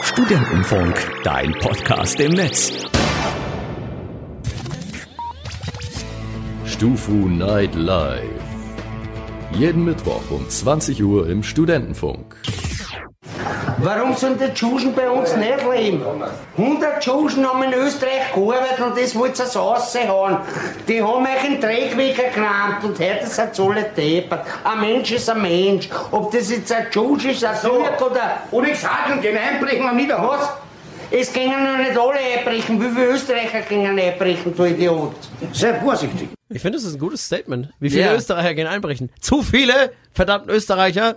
Studentenfunk, dein Podcast im Netz. Stufu Night Live. Jeden Mittwoch um 20 Uhr im Studentenfunk. Warum sollen die Tschuschen bei uns nicht leben? 100 Tschuschen haben in Österreich gearbeitet und das wollt ihr so raushauen. Die haben euch in den Dreck weggekramt und heute sind sie alle deppert. Ein Mensch ist ein Mensch. Ob das jetzt ein Tschusch ist, ein So. Türk oder... Und ich sag ihm, gehen einbrechen am Niederhaus. Es gingen noch nicht alle einbrechen. Wie viele Österreicher gingen einbrechen, du Idiot? Sei vorsichtig. Ich finde, das ist ein gutes Statement. Wie viele Ja. Österreicher gehen einbrechen? Zu viele verdammten Österreicher.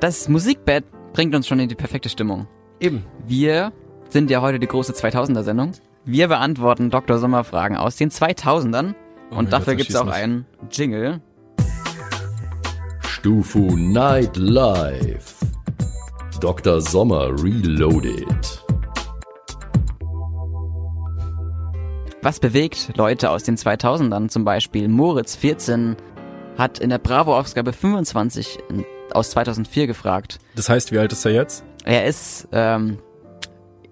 Das Musikbett bringt uns schon in die perfekte Stimmung. Eben. Wir sind ja heute die große 2000er-Sendung. Wir beantworten Dr. Sommer Fragen aus den 2000ern. Oh, Und dafür da gibt's schieß auch los. einen Jingle. Stufu Night Live. Dr. Sommer Reloaded. Was bewegt Leute aus den 2000ern? Zum Beispiel Moritz 14 hat in der Bravo-Ausgabe 25 in, aus 2004 gefragt. Das heißt, wie alt ist er jetzt? Er ist ähm,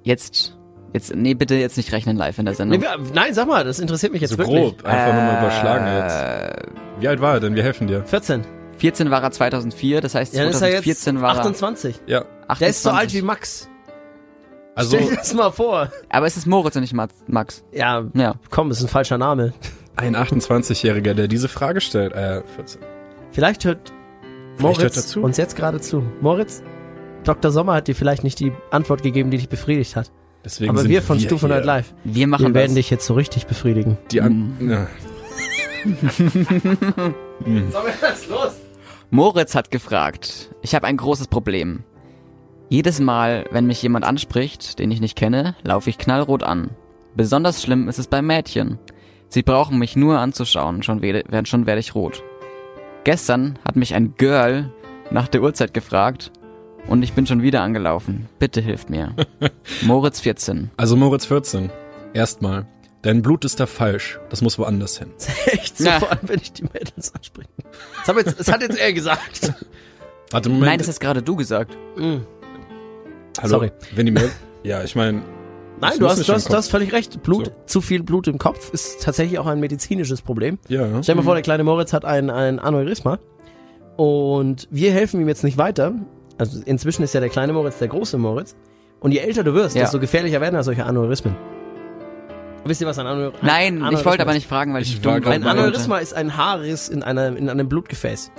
jetzt, jetzt, nee, bitte jetzt nicht rechnen live in der Nee, Sendung. wir- nein, sag mal, das interessiert mich jetzt so wirklich. grob, einfach nur mal überschlagen jetzt. Wie alt war er denn? Wir helfen dir. 14. 14 war er 2004, das heißt Ja, dann ist er jetzt 2014 war er 28. Ja, 28. Der ist so alt wie Max. also Stell dir das mal vor. Aber es ist Moritz und nicht Mats- Max. Ja, Ja. komm, ist ein falscher Name. ein 28-Jähriger, der diese Frage stellt. Äh, 14. Vielleicht hört Moritz hört er zu. uns jetzt gerade zu. Moritz, Dr. Sommer hat dir vielleicht nicht die Antwort gegeben, die dich befriedigt hat. Deswegen Aber sind wir von Stufe hier. 100 Live, Wir machen wir werden das. dich jetzt so richtig befriedigen. Die An ja. Moritz hat gefragt. Ich habe ein großes Problem. Jedes Mal, wenn mich jemand anspricht, den ich nicht kenne, laufe ich knallrot an. Besonders schlimm ist es bei Mädchen. Sie brauchen mich nur anzuschauen, schon werde, werden- schon werde ich rot. Gestern hat mich ein Girl nach der Uhrzeit gefragt und ich bin schon wieder angelaufen. Bitte hilft mir. Moritz 14. Also Moritz 14. Erstmal. Dein Blut ist da falsch. Das muss woanders hin. Echt so, Ja. vor allem, wenn ich die Mädels anspreche. Das, hab jetzt, das hat jetzt er gesagt. Warte, Moment. Nein, das hast gerade du gesagt. Hallo? sorry. Wenn die Mail ja, ich meine, Nein, Das du muss hast, nicht du im hast, du Kopf. hast völlig recht. Blut, So. zu viel Blut im Kopf ist tatsächlich auch ein medizinisches Problem. ja. Stell dir mal vor, der kleine Moritz hat ein, ein Aneurysma und wir helfen ihm jetzt nicht weiter. Also inzwischen ist ja der kleine Moritz der große Moritz. Und je älter du wirst, Ja. desto gefährlicher werden da solche Aneurysmen. Wisst ihr, was ein Aneur Nein, Aneurysma ich wollte aber ist? nicht fragen, weil ich, Ich war dumm grad Ein bin. bei- Aneurysma ist ein Haarriss in, einer, in einem Blutgefäß,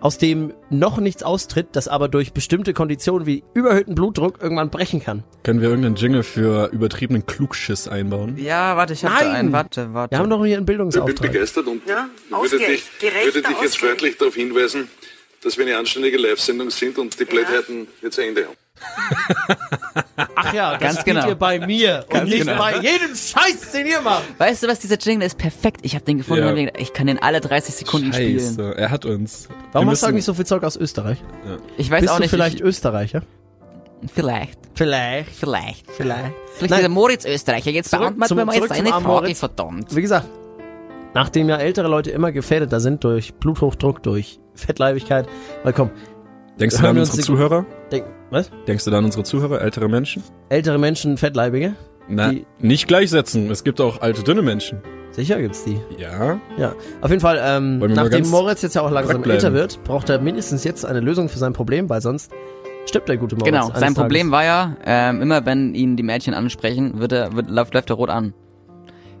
aus dem noch nichts austritt, das aber durch bestimmte Konditionen wie überhöhten Blutdruck irgendwann brechen kann. Können wir irgendeinen Jingle für übertriebenen Klugschiss einbauen? Ja, warte, ich hab Nein! da einen. Warte, warte. Wir haben doch hier einen bin Bildungsauftrag. begeistert und Ja, würde Ausgleich, dich, gerechter würde dich jetzt Ausgleich. freundlich darauf hinweisen, dass wir eine anständige Live-Sendung sind und die Blödheiten jetzt ein Ende haben. Ach ja, das Ganz spielt genau. ihr bei mir und nicht genau. bei jedem Scheiß, den ihr macht. weißt du was, dieser Jingle ist perfekt. Ich habe den gefunden und Ja. hab mir gedacht, ich kann den alle 30 Sekunden spielen. Scheiße, er hat uns. Warum wir hast du müssen- eigentlich so viel Zeug aus Österreich? Ich weiß Bist auch du nicht. vielleicht ich, Österreicher? vielleicht. Vielleicht. Vielleicht. Vielleicht. Vielleicht Nein. dieser Moritz Österreicher. Jetzt Zurück beantwortet zum- mir mal jetzt zurück zum eine armen Frage, Moritz. verdammt. Wie gesagt, nachdem ja ältere Leute immer gefährdeter sind durch Bluthochdruck, durch Fettleibigkeit, weil komm, Denkst du Hören da an wir unsere uns die- Zuhörer? denk, was? Denkst du da an unsere Zuhörer, ältere Menschen? Ältere Menschen, Fettleibige? Na, Die- nicht gleichsetzen. Es gibt auch alte, dünne Menschen. Sicher gibt's die. Ja. Ja, auf jeden Fall, ähm, Wollen wir mal nachdem ganz Moritz jetzt ja auch langsam korrekt älter bleiben? wird, braucht er mindestens jetzt eine Lösung für sein Problem, weil sonst stirbt der gute Moritz. Genau, eines sein Problem Tages. war ja, ähm, immer wenn ihn die Mädchen ansprechen, wird er, wird, läuft, läuft er rot an.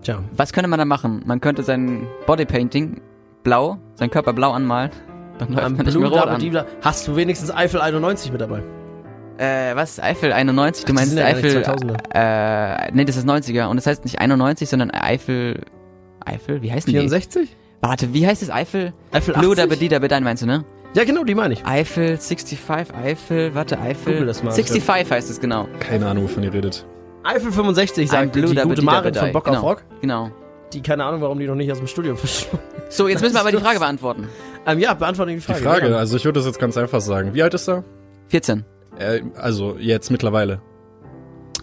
Tja, Was könnte man da machen? Man könnte sein Bodypainting blau, seinen Körper blau anmalen, dann läuft am man nicht mehr rot an. Blumendabendibler- hast du wenigstens Eifel 91 mit dabei? Äh, was? Eifel 91? Du Ach, das meinst sind ja gar nicht Eifel. 2000er. Äh, nee, das ist 90er. Und das heißt nicht 91, sondern Eifel. Eifel? Wie heißt denn 64? die? Warte, wie heißt das Eifel? Eifel 80? Blue Dabba Dee Dabba Dein meinst du, ne? Ja, genau, die meine ich. Eifel 65, Eifel, warte, Eifel. Google das mal. also. 65 heißt es, genau. Keine Ahnung, wovon ihr redet. Eifel 65 sagt die Dabba gute Dee Dabba Marin von Dei. Bock genau. auf Rock. Genau. Die keine Ahnung, warum die noch nicht aus dem Studio verschwunden. So, jetzt müssen wir aber die los? Frage beantworten. Ähm, ja, beantworte die Die Frage. Frage, Ja. also ich würde das jetzt ganz einfach sagen. Wie alt ist er? 14. Äh, also jetzt mittlerweile.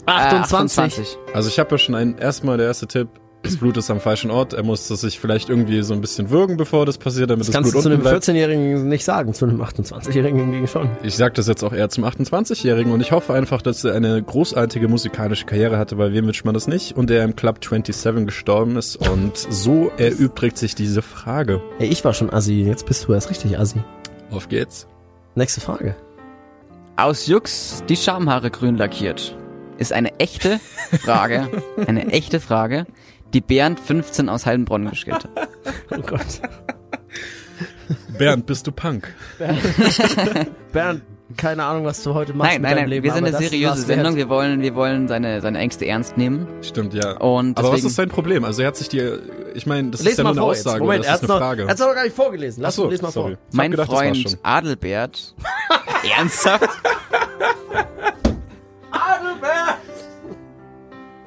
Äh, 28. Also ich habe ja schon einen, erstmal der erste Tipp, das Blut ist am falschen Ort. Er musste sich vielleicht irgendwie so ein bisschen würgen, bevor das passiert, damit das, Kannst du Blut zu unten einem bleibt. 14-Jährigen nicht sagen, zu einem 28-Jährigen hingegen schon. Ich sage das jetzt auch eher zum 28-Jährigen und ich hoffe einfach, dass er eine großartige musikalische Karriere hatte, weil wem wünscht man das nicht? Und er im Club 27 gestorben ist und so erübrigt sich diese Frage. Ey, ich war schon Assi, jetzt bist du erst richtig Assi. Auf geht's. Nächste Frage. Aus Jux die Schamhaare grün lackiert. Ist eine echte Frage. eine echte Frage, die Bernd 15 aus Heilbronn gestellt hat. Oh Gott. Bernd, bist du Punk? Bernd, keine Ahnung, was du heute machst. mit Nein, nein, deinem nein. Leben, wir sind aber eine das seriöse war's Sendung. wert. Wir wollen, wir wollen seine, seine Ängste ernst nehmen. Stimmt, ja. Und Aber was deswegen- ist sein Problem? Also er hat sich die, ich meine, das ist Lies ja mal nur eine vor jetzt. Aussage, Moment, er das hat's ist eine noch, Frage. er hat's noch gar nicht vorgelesen. Lass Achso, uns mal vor. sorry. Ich hab mein gedacht, das war's Freund schon. Adelbert. Ernsthaft?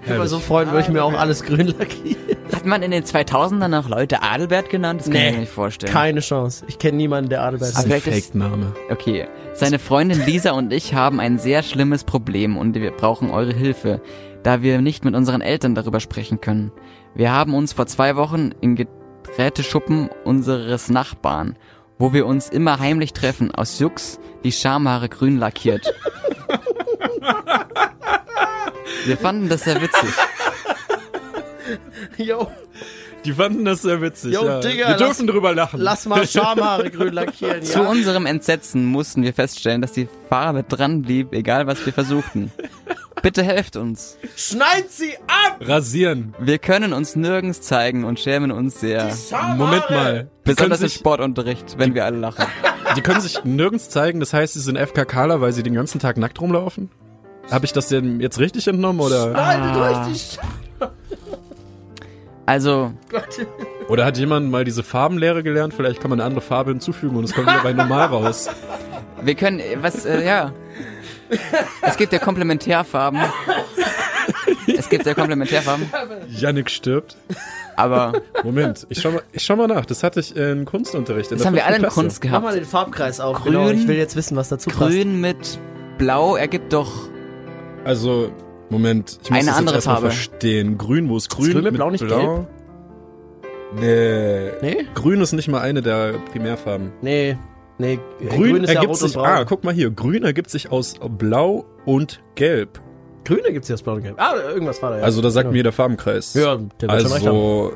Ich bin so freuen, würde ich mir auch alles grün lackieren. Hat man in den 2000ern noch Leute Adelbert genannt? Das kann Nee, ich mir nicht vorstellen. Keine Chance. Ich kenne niemanden, der Adelbert Aber heißt. vielleicht ist, Fake-Name. Okay. Seine Freundin Lisa und ich haben ein sehr schlimmes Problem und wir brauchen eure Hilfe, da wir nicht mit unseren Eltern darüber sprechen können. Wir haben uns vor zwei Wochen im Geräteschuppen unseres Nachbarn, wo wir uns immer heimlich treffen, aus Jux die Schamhaare grün lackiert. Wir fanden das sehr witzig. Yo, Die fanden das sehr witzig. Yo, ja. Digga, Wir lass- dürfen drüber lachen. lass mal Schamhaare grün lackieren. Zu Ja. unserem Entsetzen mussten wir feststellen, dass die Farbe dran blieb, egal was wir versuchten. Bitte helft uns. Schneid sie ab! Rasieren. Wir können uns nirgends zeigen und schämen uns sehr. Moment mal. Die können Besonders im sich, Sportunterricht, wenn wir alle lachen. die können sich nirgends zeigen, das heißt, sie sind FKKler, weil sie den ganzen Tag nackt rumlaufen? Habe ich das denn jetzt richtig entnommen oder, Also, oder hat jemand mal diese Farbenlehre gelernt? Vielleicht kann man eine andere Farbe hinzufügen und es kommt wieder bei normal raus. wir können, äh, was, äh, ja. Es gibt ja Komplementärfarben. Es gibt ja Komplementärfarben. Yannick stirbt. Aber Moment, ich schau mal, ich schau mal nach. Das hatte ich in Kunstunterricht. In das der haben wir alle in fünften Kunst Mach mal gehabt. den Farbkreis auf. Grün. Genau, ich will jetzt wissen, was dazu passt. Grün mit Blau ergibt doch Klasse. Also, Moment, ich muss Eine das andere jetzt erstmal Farbe. verstehen. Grün, wo ist grün? Grün mit Blau nicht Nee. Nee? Grün ist nicht mal eine der Primärfarben. Nee. Nee, grün, Grün, ist ja ergibt rot und sich, braun. ah, guck mal hier, grün ergibt sich aus Blau und Gelb. Grün ergibt sich das blaue Gelb. Ah, irgendwas war da ja. Also da sagt Genau. mir der Farbenkreis. Ja, der wird schon recht haben. also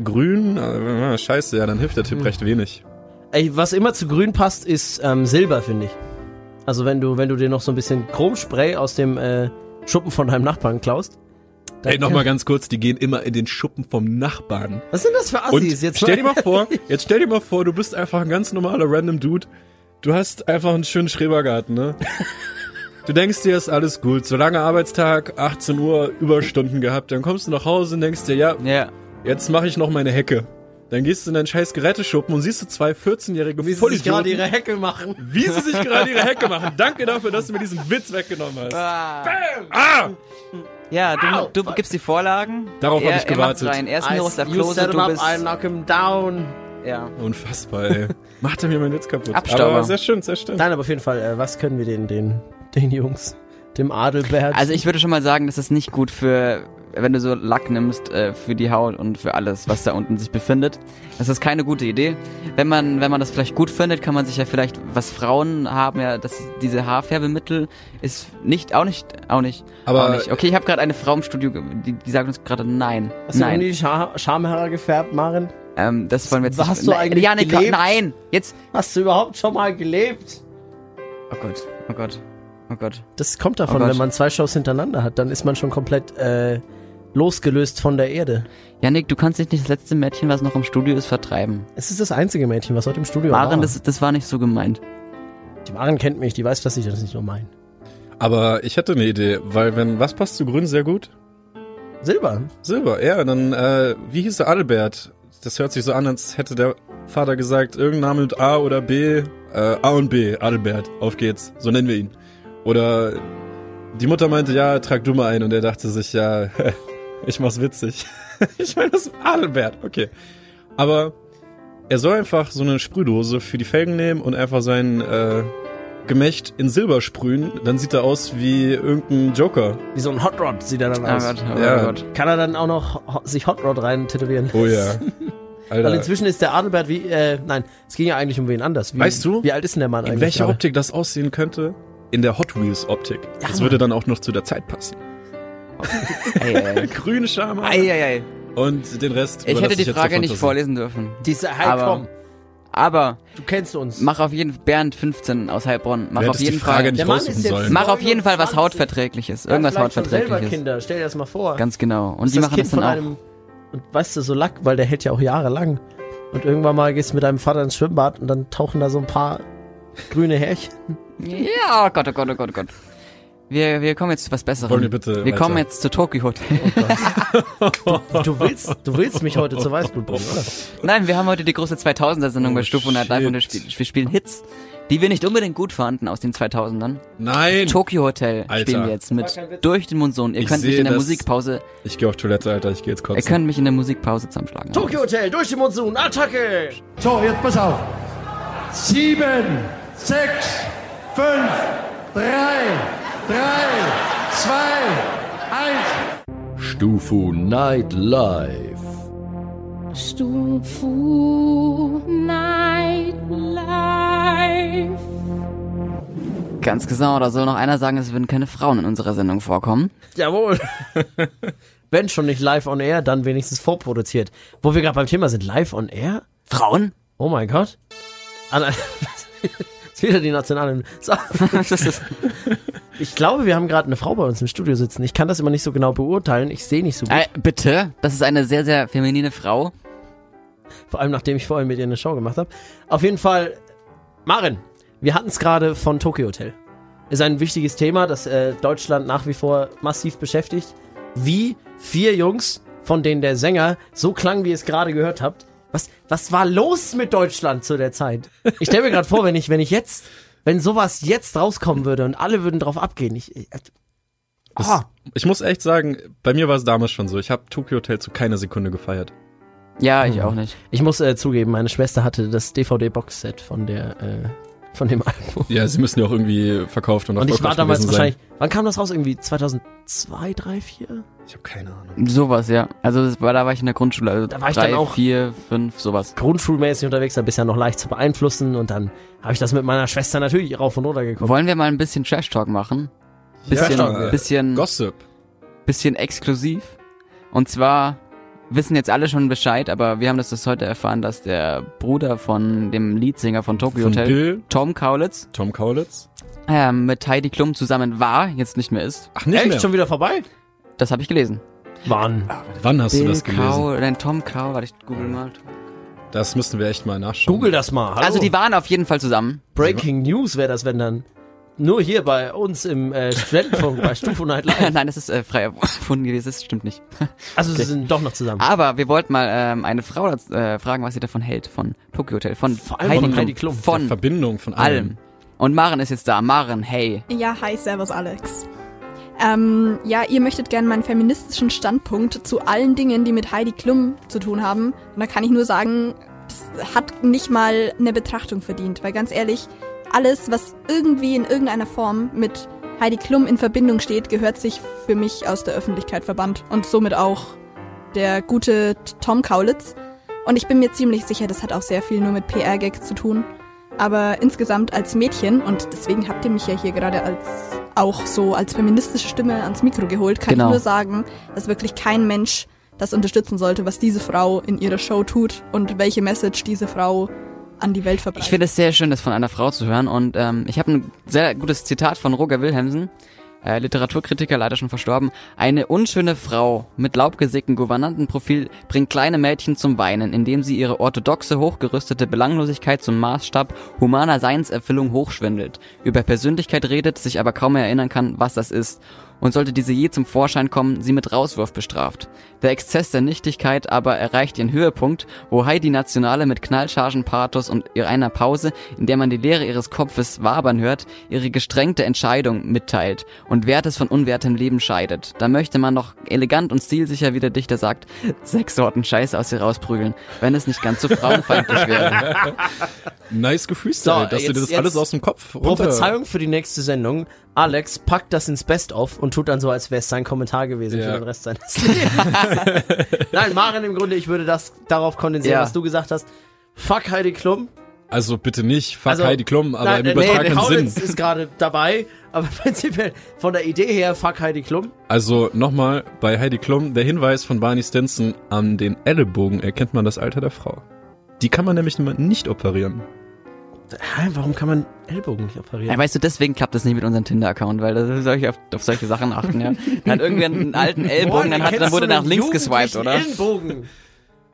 äh, grün, äh, scheiße, ja, dann hilft der Tipp recht wenig. Ey, was immer zu grün passt, ist ähm, Silber, finde ich. Also wenn du, wenn du dir noch so ein bisschen Chromspray aus dem äh, Schuppen von deinem Nachbarn klaust. dann- Ey, nochmal ganz kurz, die gehen immer in den Schuppen vom Nachbarn. Was sind das für Und Assis jetzt? stell dir mal vor, jetzt stell dir mal vor, du bist einfach ein ganz normaler random Dude. Du hast einfach einen schönen Schrebergarten, ne? Du denkst dir, ist alles gut. So langer Arbeitstag, 18 Uhr, Überstunden gehabt. Dann kommst du nach Hause und denkst dir, ja, ja, jetzt mache ich noch meine Hecke. Dann gehst du in deinen scheiß Geräteschuppen und siehst du zwei 14-jährige wie sie sich gerade Vollidioten, ihre Hecke machen. wie sie sich gerade ihre Hecke machen. Danke dafür, dass du mir diesen Witz weggenommen hast. Bam! Ah! ja, du, du gibst die Vorlagen. Darauf hab Er- ich er macht's gewartet. Rein. Er ist Miroslav you Klose, set him du up, bist, I knock him down. ja. Unfassbar, ey. Macht er mir meinen Witz kaputt. Abstauber. Aber sehr schön, sehr schön. Nein, aber auf jeden Fall, äh, was können wir den, den, den Jungs, dem Adelbert? Also ich würde schon mal sagen, das ist nicht gut für, wenn du so Lack nimmst, äh, für die Haut und für alles, was da unten sich befindet. Das ist keine gute Idee. Wenn man, wenn man das vielleicht gut findet, kann man sich ja vielleicht, was Frauen haben ja, das, diese Haarfärbemittel ist nicht, auch nicht, auch nicht, Aber- auch nicht. Okay, ich habe gerade eine Frau im Studio, ge- die, die sagt uns gerade nein, Hast du noch nein. nie die Scha Schamhaare gefärbt, Maren? ähm, das wollen wir jetzt Hast nicht. du Nein, eigentlich Janik, gelebt? nein, jetzt. Hast du überhaupt schon mal gelebt? Oh Gott, oh Gott, oh Gott. Das kommt davon, Oh Gott. wenn man zwei Shows hintereinander hat, dann ist man schon komplett äh, losgelöst von der Erde. Janik, du kannst dich nicht das letzte Mädchen, was noch im Studio ist, vertreiben. Es ist das einzige Mädchen, was heute im Studio Maren, war. das, das war nicht so gemeint. die Maren kennt mich, die weiß, dass ich das nicht nur meine. Aber ich hätte eine Idee, weil wenn, was passt zu grün sehr gut? Silber. Silber, ja, dann, äh, wie hieß der Adelbert? Das hört sich so an, als hätte der Vater gesagt, irgendein Name mit A oder B, äh, A und B, Adelbert, auf geht's, so nennen wir ihn. Oder die Mutter meinte, ja, trag du mal ein, und er dachte sich, ja, ich mach's witzig. ich meine, das ist Adelbert, okay. Aber er soll einfach so eine Sprühdose für die Felgen nehmen und einfach seinen, äh, Gemächt in Silber sprühen, dann sieht er aus wie irgendein Joker. Wie so ein Hot Rod sieht er dann Oh aus. Gott, oh Ja. Gott. Kann er dann auch noch ho sich Hot Rod rein tätowieren? Oh ja. Weil Alter. inzwischen ist der Adelbert wie, äh, nein, es ging ja eigentlich um wen anders. Wie, Weißt du, Wie alt ist denn der Mann In eigentlich? welcher gerade? Optik das aussehen könnte? In der Hot Wheels Optik. das Mann. würde dann auch noch zu der Zeit passen. Ey, ey, Grüne Scham ey. Ey, ey, ey. und den Rest. Ich überlasse hätte die jetzt der Frage nicht Fantasie. vorlesen dürfen. Diese, hey, Aber- komm, Aber du kennst uns. mach auf jeden Bernd 15 aus Heilbronn. Mach Du auf hättest jeden die Frage Fall. nicht Der Mann raussuchen ist jetzt- sollen. Mach auf jeden Fall was 29. Hautverträgliches. Irgendwas Ja, vielleicht schon Selber Hautverträgliches. Kinder, stell dir das mal vor. Ganz genau. Und die das machen kind das dann von auch. einem, und weißt du, so Lack, weil der hält ja auch jahrelang. Und irgendwann mal gehst du mit deinem Vater ins Schwimmbad und dann tauchen da so ein paar grüne Härchen. Ja, oh Gott, oh Gott, oh Gott, oh Gott. Wir, wir kommen jetzt zu was Besserem. Wollen wir bitte wir weiter? kommen jetzt zu Tokyo Hotel. Du willst, du willst mich heute zur Weißblut bringen, oder? Nein, wir haben heute die große 2000er-Sendung Oh, bei Stufe 100 live und wir shit. spielen, wir spielen Hits, die wir nicht unbedingt gut fanden aus den 2000ern. Nein! Tokyo Hotel Hm. Alter. spielen wir jetzt mit durch den Monsun. Ihr Ich könnt mich sehe in der das- Musikpause, Ich gehe auf Toilette, Alter. Ich gehe jetzt ihr kurz. könnt mich in der Musikpause zusammenschlagen. Tokyo Hotel, durch den Monsun, Attacke! So, jetzt pass auf. Sieben, sechs, fünf, drei, drei, zwei, eins. Stufu Night Live. Stufu Nightlife. Ganz genau, da soll noch einer sagen, es würden keine Frauen in unserer Sendung vorkommen. Jawohl. Wenn schon nicht live on air, dann wenigstens vorproduziert. Wo wir gerade beim Thema sind, live on air? Frauen? Oh mein Gott. Anna, ist wieder die nationale. So. das ist, Ich glaube, wir haben gerade eine Frau bei uns im Studio sitzen. Ich kann das immer nicht so genau beurteilen. Ich sehe nicht so gut. äh, bitte? Das ist eine sehr, sehr feminine Frau. Vor allem, nachdem ich vorhin mit ihr eine Show gemacht habe. Auf jeden Fall, Maren, wir hatten es gerade von Tokyo Hotel. Ist ein wichtiges Thema, das äh, Deutschland nach wie vor massiv beschäftigt. Wie vier Jungs, von denen der Sänger so klang, wie ihr es gerade gehört habt. Was, was war los mit Deutschland zu der Zeit? Ich stelle mir gerade vor, wenn ich, wenn ich jetzt, wenn sowas jetzt rauskommen würde und alle würden drauf abgehen. Ich, ich, ah, Ich muss echt sagen, bei mir war es damals schon so. Ich habe Tokyo Hotel zu keiner Sekunde gefeiert. Ja, ich auch nicht. ich muss äh, zugeben, meine Schwester hatte das DVD-Boxset von der, äh, von dem Album. Ja, sie müssen ja auch irgendwie verkauft und Und ich war erfolgreich damals gewesen wahrscheinlich, wann kam das raus? Irgendwie 2002, 3, 4? Sein. Ich habe keine Ahnung. Sowas, ja. Also das war, da war ich in der Grundschule. Also Da war ich drei, dann auch- vier, fünf, sowas. Grundschulmäßig unterwegs, da bist du ja noch leicht zu beeinflussen und dann habe ich das mit meiner Schwester natürlich rauf und runter geguckt. Wollen wir mal ein bisschen Trash-Talk machen? Bisschen, Ja, bisschen, Gossip. bisschen exklusiv. Und zwar wissen jetzt alle schon Bescheid, aber wir haben das bis heute erfahren, dass der Bruder von dem Leadsänger von Tokyo Von Hotel, Bill, Tom Kaulitz, Tom Kaulitz. ähm, mit Heidi Klum zusammen war, jetzt nicht mehr ist. Ach, nicht Echt? mehr. Schon wieder vorbei? Das habe ich gelesen. Wann? Wann hast du Bill das gelesen? Kaul, nein, Tom Kaul, warte, ich google mal. Das müssen wir echt mal nachschauen. Google das mal. Hallo? Also die waren auf jeden Fall zusammen. Breaking News wäre das, wenn dann. Nur hier bei uns im äh, Studentenfunk bei Stufe Night Live. nein, das ist äh, frei erfunden gewesen, das stimmt nicht. Also sie sind doch noch zusammen. Aber wir wollten mal ähm, eine Frau äh, fragen, was sie davon hält, von Tokyo Hotel, von allem Heidi, von Klum, Heidi Klum. von Verbindung von allem. allem. Und Maren ist jetzt da. Maren, hey. Ja, hi, servus Alex. Ähm, ja, ihr möchtet gerne meinen feministischen Standpunkt zu allen Dingen, die mit Heidi Klum zu tun haben. Und da kann ich nur sagen, das hat nicht mal eine Betrachtung verdient, weil ganz ehrlich, alles, was irgendwie in irgendeiner Form mit Heidi Klum in Verbindung steht, gehört sich für mich aus der Öffentlichkeit verbannt und somit auch der gute T- Tom Kaulitz. Und ich bin mir ziemlich sicher, das hat auch sehr viel nur mit PR-Gags zu tun aber insgesamt als Mädchen und deswegen habt ihr mich ja hier gerade als auch so als feministische Stimme ans Mikro geholt, kann Genau. ich nur sagen, dass wirklich kein Mensch das unterstützen sollte, was diese Frau in ihrer Show tut und welche Message diese Frau an die Welt verbreitet. Ich finde es sehr schön, das von einer Frau zu hören. Und ähm, ich habe ein sehr gutes Zitat von Roger Wilhelmsen, äh, Literaturkritiker, leider schon verstorben. Eine unschöne Frau mit laubgesägtem Gouvernantenprofil bringt kleine Mädchen zum Weinen, indem sie ihre orthodoxe, hochgerüstete Belanglosigkeit zum Maßstab humaner Seinserfüllung hochschwindelt, über Persönlichkeit redet, sich aber kaum mehr erinnern kann, was das ist. Und sollte diese je zum Vorschein kommen, sie mit Rauswurf bestraft. Der Exzess der Nichtigkeit aber erreicht ihren Höhepunkt, wo Heidi Nationale mit knallchargen Pathos und ihr einer Pause, in der man die Leere ihres Kopfes wabern hört, ihre gestrengte Entscheidung mitteilt. Und und Wertes von unwertem Leben scheidet. Da möchte man noch elegant und stilsicher, wie der Dichter sagt, sechs Sorten Scheiß aus ihr rausprügeln, wenn es nicht ganz so frauenfeindlich wäre. Nice gefreestylt, dass du dir das alles aus dem Kopf runter... Prophezeiung für die nächste Sendung. Alex packt das ins Best-of und tut dann so, als wäre es sein Kommentar gewesen Ja. für den Rest seines Lebens. Nein, Maren, im Grunde, ich würde das darauf kondensieren, Ja. was du gesagt hast. Fuck Heidi Klum. Also bitte nicht, fuck Also, Heidi Klum, aber nein, im übertragenen nee, Kaulitz Sinn. ist gerade dabei, aber prinzipiell von der Idee her, fuck Heidi Klum. Also nochmal, bei Heidi Klum, der Hinweis von Barney Stinson, an den Ellenbogen erkennt man das Alter der Frau. Die kann man nämlich nicht operieren. Hä, warum kann man Ellbogen nicht operieren? Ja, weißt du, deswegen klappt das nicht mit unserem Tinder-Account, weil da soll ich auf, auf solche Sachen achten, ja. Dann hat irgendwer einen alten Ellbogen, dann, hat, dann wurde nach links geswiped, oder? Ellenbogen.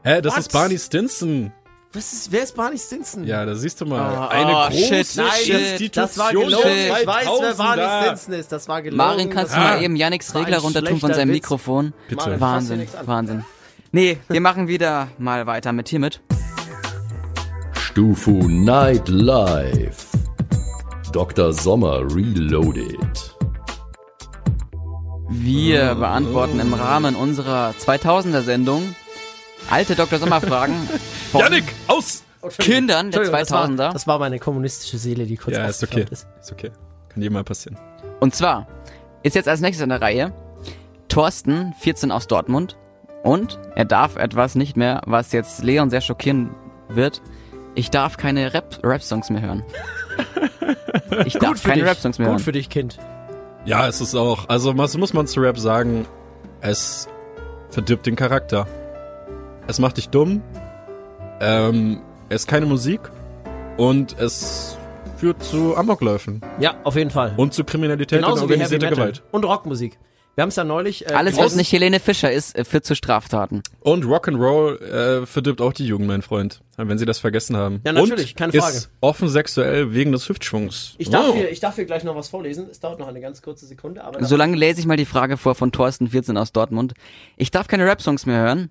Hä, das What? ist Barney Stinson. Was ist, wer ist Barney Stinson? Ja, da siehst du mal. Oh, eine oh, große shit, Ah, Nein, shit, Institution. das war genau gelogen. Ich weiß, wer 2000er. Barney Stinson ist. Das war gelogen. Marin, kannst du Äh, Das war- mal eben Yannicks das war ein Regler runter tun von schlechter seinem Witz. Mikrofon? Bitte. Marin, fass dir Wahnsinn, nichts an. Wahnsinn. Nee, wir machen wieder mal weiter mit hiermit. Stufu Nightlife. Dr. Sommer Reloaded. Wir beantworten im Rahmen unserer 2000er-Sendung alte Dr. Sommer-Fragen von Yannick, aus! Kindern der Oh, Entschuldigung, das war- 2000er. Das war meine kommunistische Seele, die kurz Ja, ist okay. ausgeflammt ist. Ist okay. Kann jedem mal passieren. Und zwar ist jetzt als nächstes in der Reihe Thorsten, 14 aus Dortmund. Und er darf etwas nicht mehr, was jetzt Leon sehr schockieren wird. Ich darf keine Rap- Rap-Songs mehr hören. Ich darf für keine dich. Rap-Songs mehr Gut hören. für dich, Kind. Ja, es ist auch. Also was muss man zu Rap sagen? Es verdirbt den Charakter. Es macht dich dumm. Ähm, es ist keine Musik. Und es führt zu Amokläufen. Ja, auf jeden Fall. Und zu Kriminalität und Genauso wie Heavy organisierter Metal. Gewalt. Und Rockmusik. Wir haben es ja neulich. äh, Alles, was gelesen. nicht Helene Fischer ist, äh, führt zu Straftaten. Und Rock'n'Roll äh, verdirbt auch die Jugend, mein Freund. Wenn sie das vergessen haben. Ja, natürlich, und keine Frage. ist offen sexuell wegen des Hüftschwungs. Ich darf, Wow. hier, ich darf hier gleich noch was vorlesen. Es dauert noch eine ganz kurze Sekunde. Aber Solange lese ich mal die Frage vor von Thorsten 14 aus Dortmund. Ich darf keine Rap-Songs mehr hören.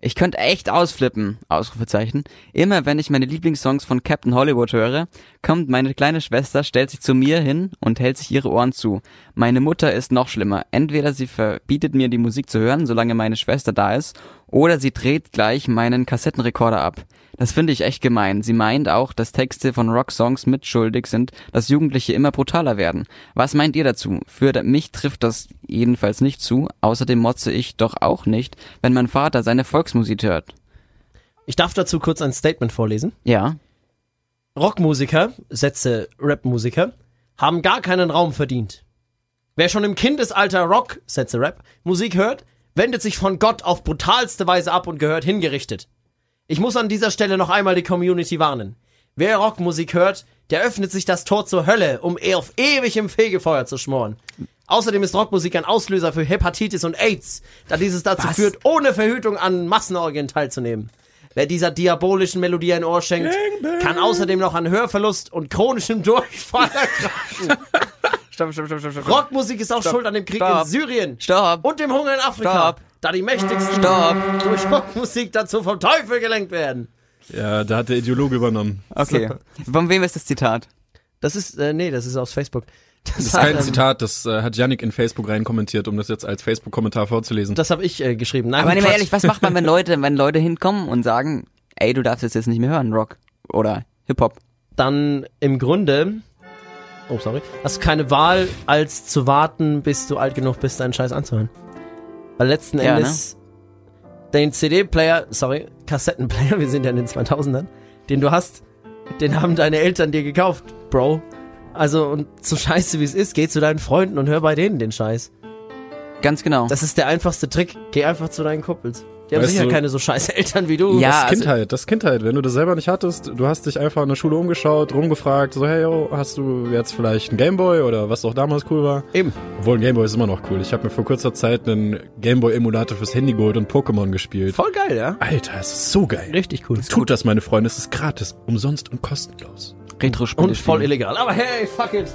Ich könnte echt ausflippen, Ausrufezeichen. Immer wenn ich meine Lieblingssongs von Captain Hollywood höre, kommt meine kleine Schwester, stellt sich zu mir hin und hält sich ihre Ohren zu. Meine Mutter ist noch schlimmer. Entweder sie verbietet mir die Musik zu hören, solange meine Schwester da ist, oder sie dreht gleich meinen Kassettenrekorder ab. Das finde ich echt gemein. Sie meint auch, dass Texte von Rocksongs mitschuldig sind, dass Jugendliche immer brutaler werden. Was meint ihr dazu? Für mich trifft das jedenfalls nicht zu. Außerdem motze ich doch auch nicht, wenn mein Vater seine Volksmusik hört. ich darf dazu kurz ein Statement vorlesen. Ja. Rockmusiker, Sätze Rapmusiker, haben gar keinen Raum verdient. Wer schon im Kindesalter Rock, Sätze Rap, Musik hört, wendet sich von Gott auf brutalste Weise ab und gehört hingerichtet. Ich muss an dieser Stelle noch einmal die Community warnen. Wer Rockmusik hört, der öffnet sich das Tor zur Hölle, um eh auf ewig im Fegefeuer zu schmoren. Außerdem ist Rockmusik ein Auslöser für Hepatitis und AIDS, da dieses dazu führt, ohne Verhütung an Massenorgien teilzunehmen. Wer dieser diabolischen Melodie ein Ohr schenkt, kann außerdem noch an Hörverlust und chronischem Durchfall erkranken. Stopp, stopp, stopp, stopp, stopp. Rockmusik ist auch schuld an dem Krieg Stopp. in Syrien Stopp. und dem Hunger in Afrika, Stopp. da die mächtigsten Stopp. durch Rockmusik dazu vom Teufel gelenkt werden. Ja, da hat der Ideologe übernommen. Okay. Von wem ist das Zitat? Das ist, äh, nee, das ist aus Facebook. ähm, Das ist kein Zitat, das äh, hat Yannick in Facebook reinkommentiert, um das jetzt als Facebook-Kommentar vorzulesen. Das habe ich äh, geschrieben. Nein, Aber nehmen wir Quatsch. ehrlich, was macht man, wenn Leute, wenn Leute hinkommen und sagen, ey, du darfst das jetzt nicht mehr hören, Rock oder Hip-Hop? dann im Grunde, oh sorry, hast du keine Wahl, als zu warten, bis du alt genug bist, deinen Scheiß anzuhören. Weil letzten Ja, ne? Endes den CD-Player, sorry, Kassettenplayer, wir sind ja in den 2000ern, den du hast, den haben deine Eltern dir gekauft, Bro. Also, und so scheiße wie es ist, geh zu deinen Freunden und hör bei denen den Scheiß. Ganz genau. Das ist der einfachste Trick. Geh einfach zu deinen Kumpels. Die haben Weißt sicher du- keine so scheiße Eltern wie du. Ja, Das also- Kindheit, das Kindheit. Wenn du das selber nicht hattest, du hast dich einfach in der Schule umgeschaut, rumgefragt, so, hey, yo, hast du jetzt vielleicht einen Gameboy oder was auch damals cool war? Eben. Obwohl, ein Gameboy ist immer noch cool. Ich habe mir vor kurzer Zeit einen Gameboy-Emulator fürs Handy geholt und Pokémon gespielt. Voll geil, ja? Alter, es ist so geil. Richtig cool. Tut das, meine Freunde, es ist gratis, umsonst und kostenlos. Retro-Spiele. Und voll spielen. illegal. Aber hey, fuck it.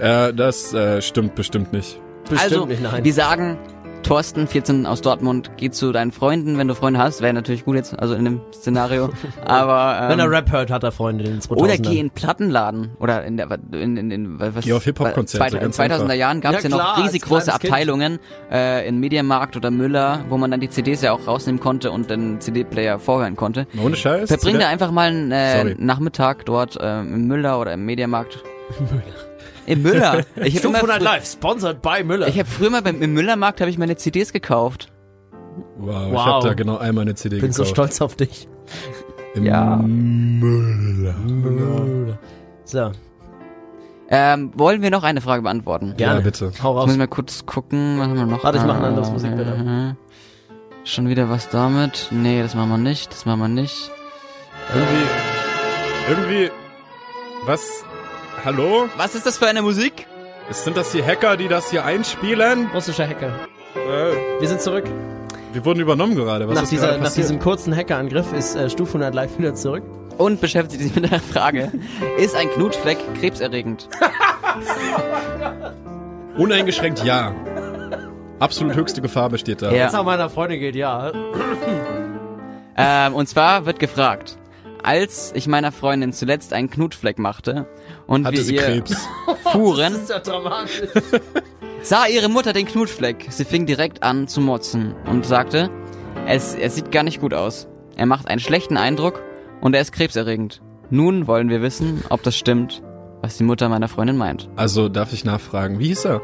äh, das äh, stimmt bestimmt nicht. Bestimmt also, nicht, nein. die sagen, Thorsten, 14 aus Dortmund, geh zu deinen Freunden, wenn du Freunde hast. Wäre natürlich gut jetzt, also in dem Szenario. Aber, ähm, Wenn er Rap hört, hat er Freunde in den 2000ern. Oder geh in Plattenladen. Oder in der, in, in, in was? Geh auf Hip-Hop-Konzerte, In ganz 2000er einfach. Jahren gab es Ja, ja, noch klar, riesig als große kleines Kind. Abteilungen äh, in Mediamarkt oder Müller, wo man dann die CDs ja auch rausnehmen konnte und den CD-Player vorhören konnte. Ohne Scheiß. Verbring da einfach mal einen äh, Sorry. Nachmittag dort äh, im Müller oder im Mediamarkt. Im Müller. Ich habe immer 500 frü- Live, sponsored by Müller. ich hab früher mal beim, im Müllermarkt habe ich meine CDs gekauft. Wow, ich Wow. hab da genau einmal eine CD Ich bin so gekauft. stolz auf dich. Im Ja. Müller. So, Ähm, wollen wir noch eine Frage beantworten? gerne. bitte. Hau Ich muss raus. mal kurz gucken, was haben wir noch? Warte, ich mach ein anderes Musikbild an. Mhm. Schon wieder was damit? Nee, das machen wir nicht, das machen wir nicht. Irgendwie. Irgendwie. Was? Hallo? Was ist das für eine Musik? Sind das die Hacker, die das hier einspielen? Russischer Hacker. Äh, Wir sind zurück. wir wurden übernommen gerade. Was Nach, ist dieser, gerade nach passiert? diesem kurzen Hackerangriff ist äh, Stufe 100 Live wieder zurück. Und beschäftigt sich mit der Frage, ist ein Knutschfleck krebserregend? Uneingeschränkt ja. Absolut höchste Gefahr besteht da. Jetzt nach meiner Freundin geht, ja. Ähm, und zwar wird gefragt, als ich meiner Freundin zuletzt einen Knutschfleck machte und Hatte wir sie ihr Krebs. fuhren, ja dramatisch. sah ihre Mutter den Knutschfleck. Sie fing direkt an zu motzen und sagte, es, es sieht gar nicht gut aus. Er macht einen schlechten Eindruck und er ist krebserregend. Nun wollen wir wissen, ob das stimmt, was die Mutter meiner Freundin meint. Also darf ich nachfragen, wie hieß er?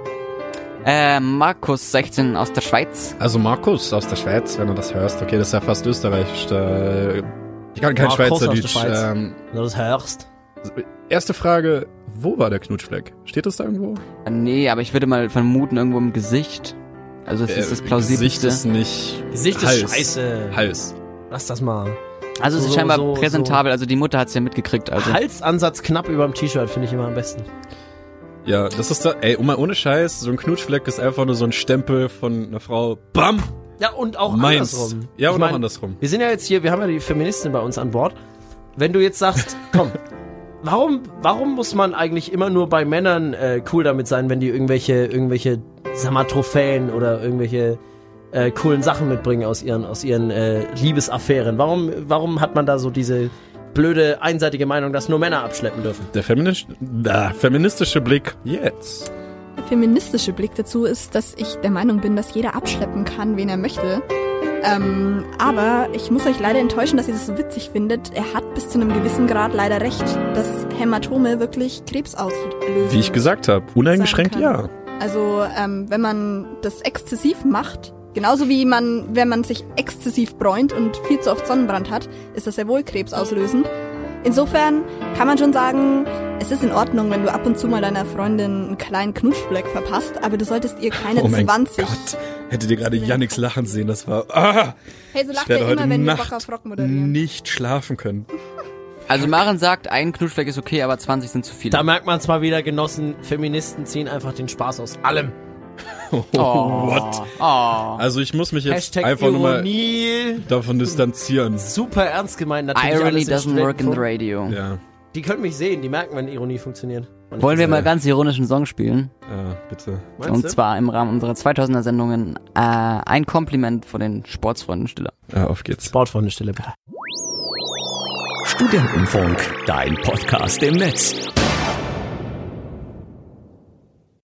Äh, Markus 16 aus der Schweiz. Also Markus aus der Schweiz, wenn du das hörst. Okay, das ist ja fast Österreich. Äh, ich kann kein Markus Schweizerdeutsch. aus der Schweiz. Ähm, Wenn du das hörst. erste Frage, wo war der Knutschfleck? Steht das da irgendwo? Äh, Nee, aber ich würde mal vermuten, irgendwo im Gesicht. Also es ist das Äh, Gesicht plausibelste. ist nicht... Gesicht Hals. ist scheiße. Hals. Lass das mal. also es ist so- scheinbar so- so- präsentabel, also die Mutter hat es ja mitgekriegt. Also. Halt. Halsansatz knapp über dem T-Shirt finde ich immer am besten. Ja, das ist da... Ey, mal ohne Scheiß, so ein Knutschfleck ist einfach nur so ein Stempel von einer Frau. Bam! Ja, und auch Meins. andersrum. Ja, Ich und mein, auch andersrum. Wir sind ja jetzt hier, wir haben ja die Feministin bei uns an Bord. Wenn du jetzt sagst, komm, warum, warum muss man eigentlich immer nur bei Männern äh, cool damit sein, wenn die irgendwelche, irgendwelche, sag mal, Trophäen oder irgendwelche äh, coolen Sachen mitbringen aus ihren, aus ihren äh, Liebesaffären? Warum, warum hat man da so diese blöde, einseitige Meinung, dass nur Männer abschleppen dürfen? Der feminisch, da, feministische Blick jetzt. Der feministische Blick dazu ist, dass ich der Meinung bin, dass jeder abschleppen kann, wen er möchte. Ähm, aber ich muss euch leider enttäuschen, dass ihr das so witzig findet. Er hat bis zu einem gewissen Grad leider recht, dass Hämatome wirklich Krebs auslösen. Wie ich gesagt habe, uneingeschränkt Sein kann. ja. Also ähm, wenn man das exzessiv macht, genauso wie man, wenn man sich exzessiv bräunt und viel zu oft Sonnenbrand hat, ist das sehr wohl krebsauslösend. Insofern kann man schon sagen, es ist in Ordnung, wenn du ab und zu mal deiner Freundin einen kleinen Knutschfleck verpasst, aber du solltest ihr keine Oh mein 20. Gott, hättet ihr gerade Yannicks lachen sehen, das war... Ah, Hey, so ich Also lacht er werde heute immer, wenn wir Bock Nacht auf Rock moderieren. nicht schlafen können. Also Maren sagt, ein Knutschfleck ist okay, aber 20 sind zu viele. Da merkt man es mal wieder, Genossen, Feministen ziehen einfach den Spaß aus allem. oh, what? Oh. Also ich muss mich jetzt Hashtag einfach nur mal Ironie. davon distanzieren. Super ernst gemeint, natürlich. Irony alles im doesn't work in the Straight- radio. Ja, Die können mich sehen, die merken, wenn Ironie funktioniert. Und Wollen wir mal ganz ironischen Song spielen? äh, bitte. Äh, Meinst Und du? zwar im Rahmen unserer 2000er Sendungen äh, ein Kompliment von den Sportsfreunden Stiller. Ah, auf geht's. Sportfreunde Stille, bitte. Studentenfunk, dein Podcast im Netz.